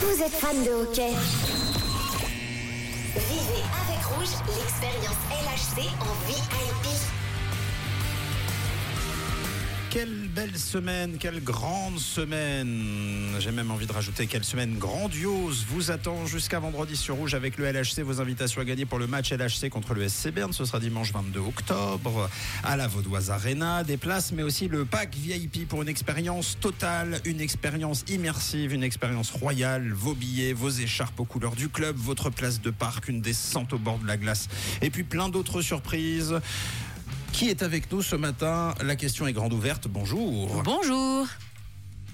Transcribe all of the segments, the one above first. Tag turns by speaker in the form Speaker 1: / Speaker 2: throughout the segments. Speaker 1: Vous êtes fan de hockey Vivez avec Rouge l'expérience LHC en VIP.
Speaker 2: Quelle belle semaine, quelle grande semaine. J'ai même envie de rajouter quelle semaine grandiose vous attend jusqu'à vendredi sur Rouge avec le LHC. Vos invitations à gagner pour le match LHC contre le SC Berne. Ce sera dimanche 22 octobre à la Vaudoise Arena. Des places, mais aussi le pack VIP pour une expérience totale, une expérience immersive, une expérience royale. Vos billets, vos écharpes aux couleurs du club, votre place de parc, une descente au bord de la glace. Et puis plein d'autres surprises. Qui est avec nous ce matin La question est grande ouverte. Bonjour.
Speaker 3: Bonjour.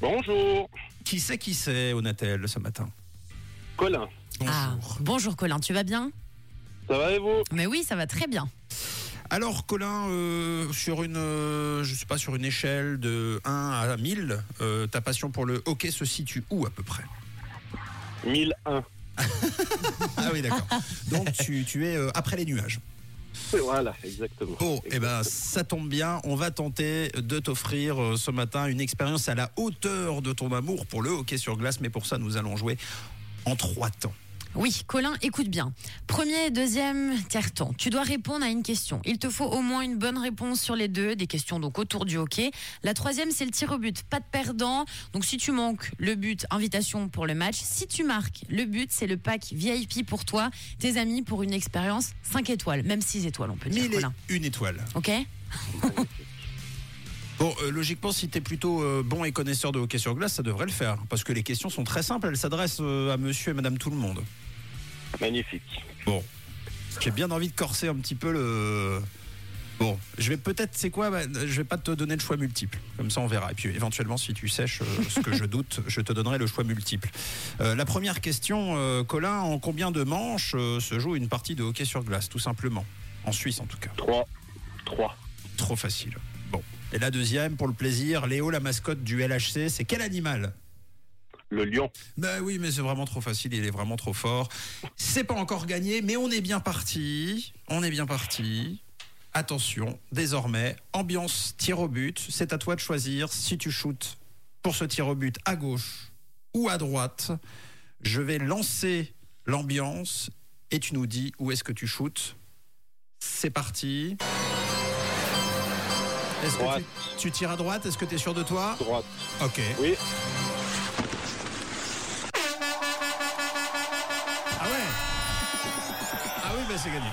Speaker 4: Bonjour,
Speaker 2: Qui c'est qui c'est au Natel ce matin
Speaker 4: Colin.
Speaker 3: Ah, bonjour Colin, tu vas bien
Speaker 4: Ça va et vous
Speaker 3: Mais oui, ça va très bien.
Speaker 2: Ah. Alors Colin, euh, sur une, euh, je sais pas, sur une échelle de 1 à 1000, euh, ta passion pour le hockey se situe où à peu près
Speaker 4: 1001.
Speaker 2: Ah oui, d'accord. Donc tu, tu es euh, après les nuages.
Speaker 4: Voilà, exactement.
Speaker 2: Bon, eh ben ça tombe bien, on va tenter de t'offrir euh, ce matin une expérience à la hauteur de ton amour pour le hockey sur glace, mais pour ça nous allons jouer en trois temps.
Speaker 3: Oui, Colin, écoute bien. Premier, deuxième, tiers-temps. Tu dois répondre à une question. Il te faut au moins une bonne réponse sur les deux, des questions donc autour du hockey. La troisième, c'est le tir au but, pas de perdant. Donc si tu manques le but, invitation pour le match. Si tu marques le but, c'est le pack VIP pour toi, tes amis pour une expérience 5 étoiles, même 6 étoiles on peut dire,
Speaker 2: Mille
Speaker 3: Eh Colin.
Speaker 2: et une étoile.
Speaker 3: Ok
Speaker 2: Bon, euh, logiquement, si t'es plutôt euh, bon et connaisseur de hockey sur glace, ça devrait le faire. Parce que les questions sont très simples, elles s'adressent euh, à monsieur et madame tout le monde.
Speaker 4: Magnifique.
Speaker 2: Bon. J'ai bien envie de corser un petit peu le. Bon, je vais peut-être, c'est quoi bah, Je vais pas te donner le choix multiple. Comme ça, on verra. Et puis, éventuellement, si tu sèches euh, ce que je doute, je te donnerai le choix multiple. Euh, la première question, euh, Colin, en combien de manches euh, se joue une partie de hockey sur glace, tout simplement En Suisse, en tout cas.
Speaker 4: 3. 3.
Speaker 2: Trop facile. Bon. Et la deuxième, pour le plaisir, Léo, la mascotte du LHC, c'est quel animal
Speaker 4: Le lion.
Speaker 2: Ben oui, mais c'est vraiment trop facile, il est vraiment trop fort. C'est pas encore gagné, mais on est bien parti. On est bien parti. Attention, désormais, ambiance tir au but, c'est à toi de choisir si tu shootes pour ce tir au but à gauche ou à droite. Je vais lancer l'ambiance et tu nous dis où est-ce que tu shootes. C'est parti. Est-ce que
Speaker 4: Droite.
Speaker 2: tu, tu tires à droite Est-ce que tu es sûr de toi
Speaker 4: Droite.
Speaker 2: Ok.
Speaker 4: Oui.
Speaker 2: Ah ouais Ah oui, bah c'est gagné.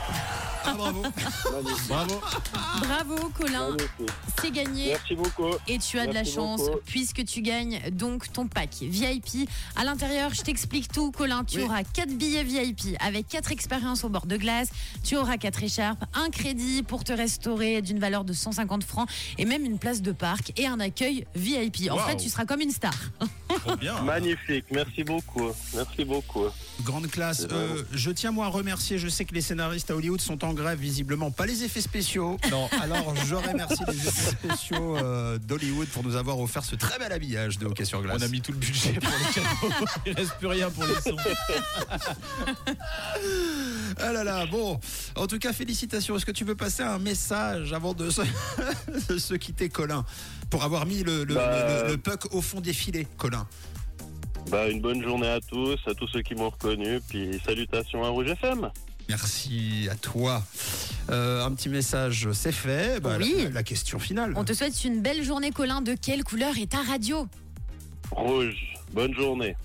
Speaker 2: Ah bravo
Speaker 4: Magnifique.
Speaker 2: Bravo
Speaker 3: Bravo Colin,
Speaker 4: Magnifique.
Speaker 3: c'est gagné.
Speaker 4: Merci beaucoup.
Speaker 3: Et tu as de la
Speaker 4: Merci
Speaker 3: chance
Speaker 4: beaucoup.
Speaker 3: puisque tu gagnes donc ton pack VIP. À l'intérieur, je t'explique tout, Colin. Tu
Speaker 2: Oui.
Speaker 3: auras 4 billets VIP avec 4 expériences au bord de glace. Tu auras 4 écharpes, un crédit pour te restaurer d'une valeur de 150 francs et même une place de parc et un accueil VIP. En
Speaker 2: Wow.
Speaker 3: fait, tu seras comme une star.
Speaker 2: Trop bien hein.
Speaker 4: Magnifique. Merci beaucoup. Merci beaucoup.
Speaker 2: Grande classe. Euh, je tiens moi à remercier, je sais que les scénaristes à Hollywood sont en grève visiblement, pas les effets spéciaux. Non, alors je remercie les effets spéciaux euh, d'Hollywood pour nous avoir offert ce très bel habillage de hockey sur glace.
Speaker 5: On a mis tout le budget pour les cadeaux. Il reste plus rien pour les sons.
Speaker 2: Ah là là, bon, en tout cas félicitations. Est-ce que tu veux passer un message avant de se, de se quitter Colin pour avoir mis le, le-
Speaker 4: Bah,
Speaker 2: le- le puck au fond des filets, Colin
Speaker 4: Bah, une bonne journée à tous, à tous ceux qui m'ont reconnu, puis salutations à Rouge FM.
Speaker 2: Merci à toi. Euh, un petit message, c'est fait. Bah,
Speaker 3: Oui.
Speaker 2: la, la question finale.
Speaker 3: On te souhaite une belle journée, Colin. De quelle couleur est ta radio
Speaker 4: Rouge. Bonne journée.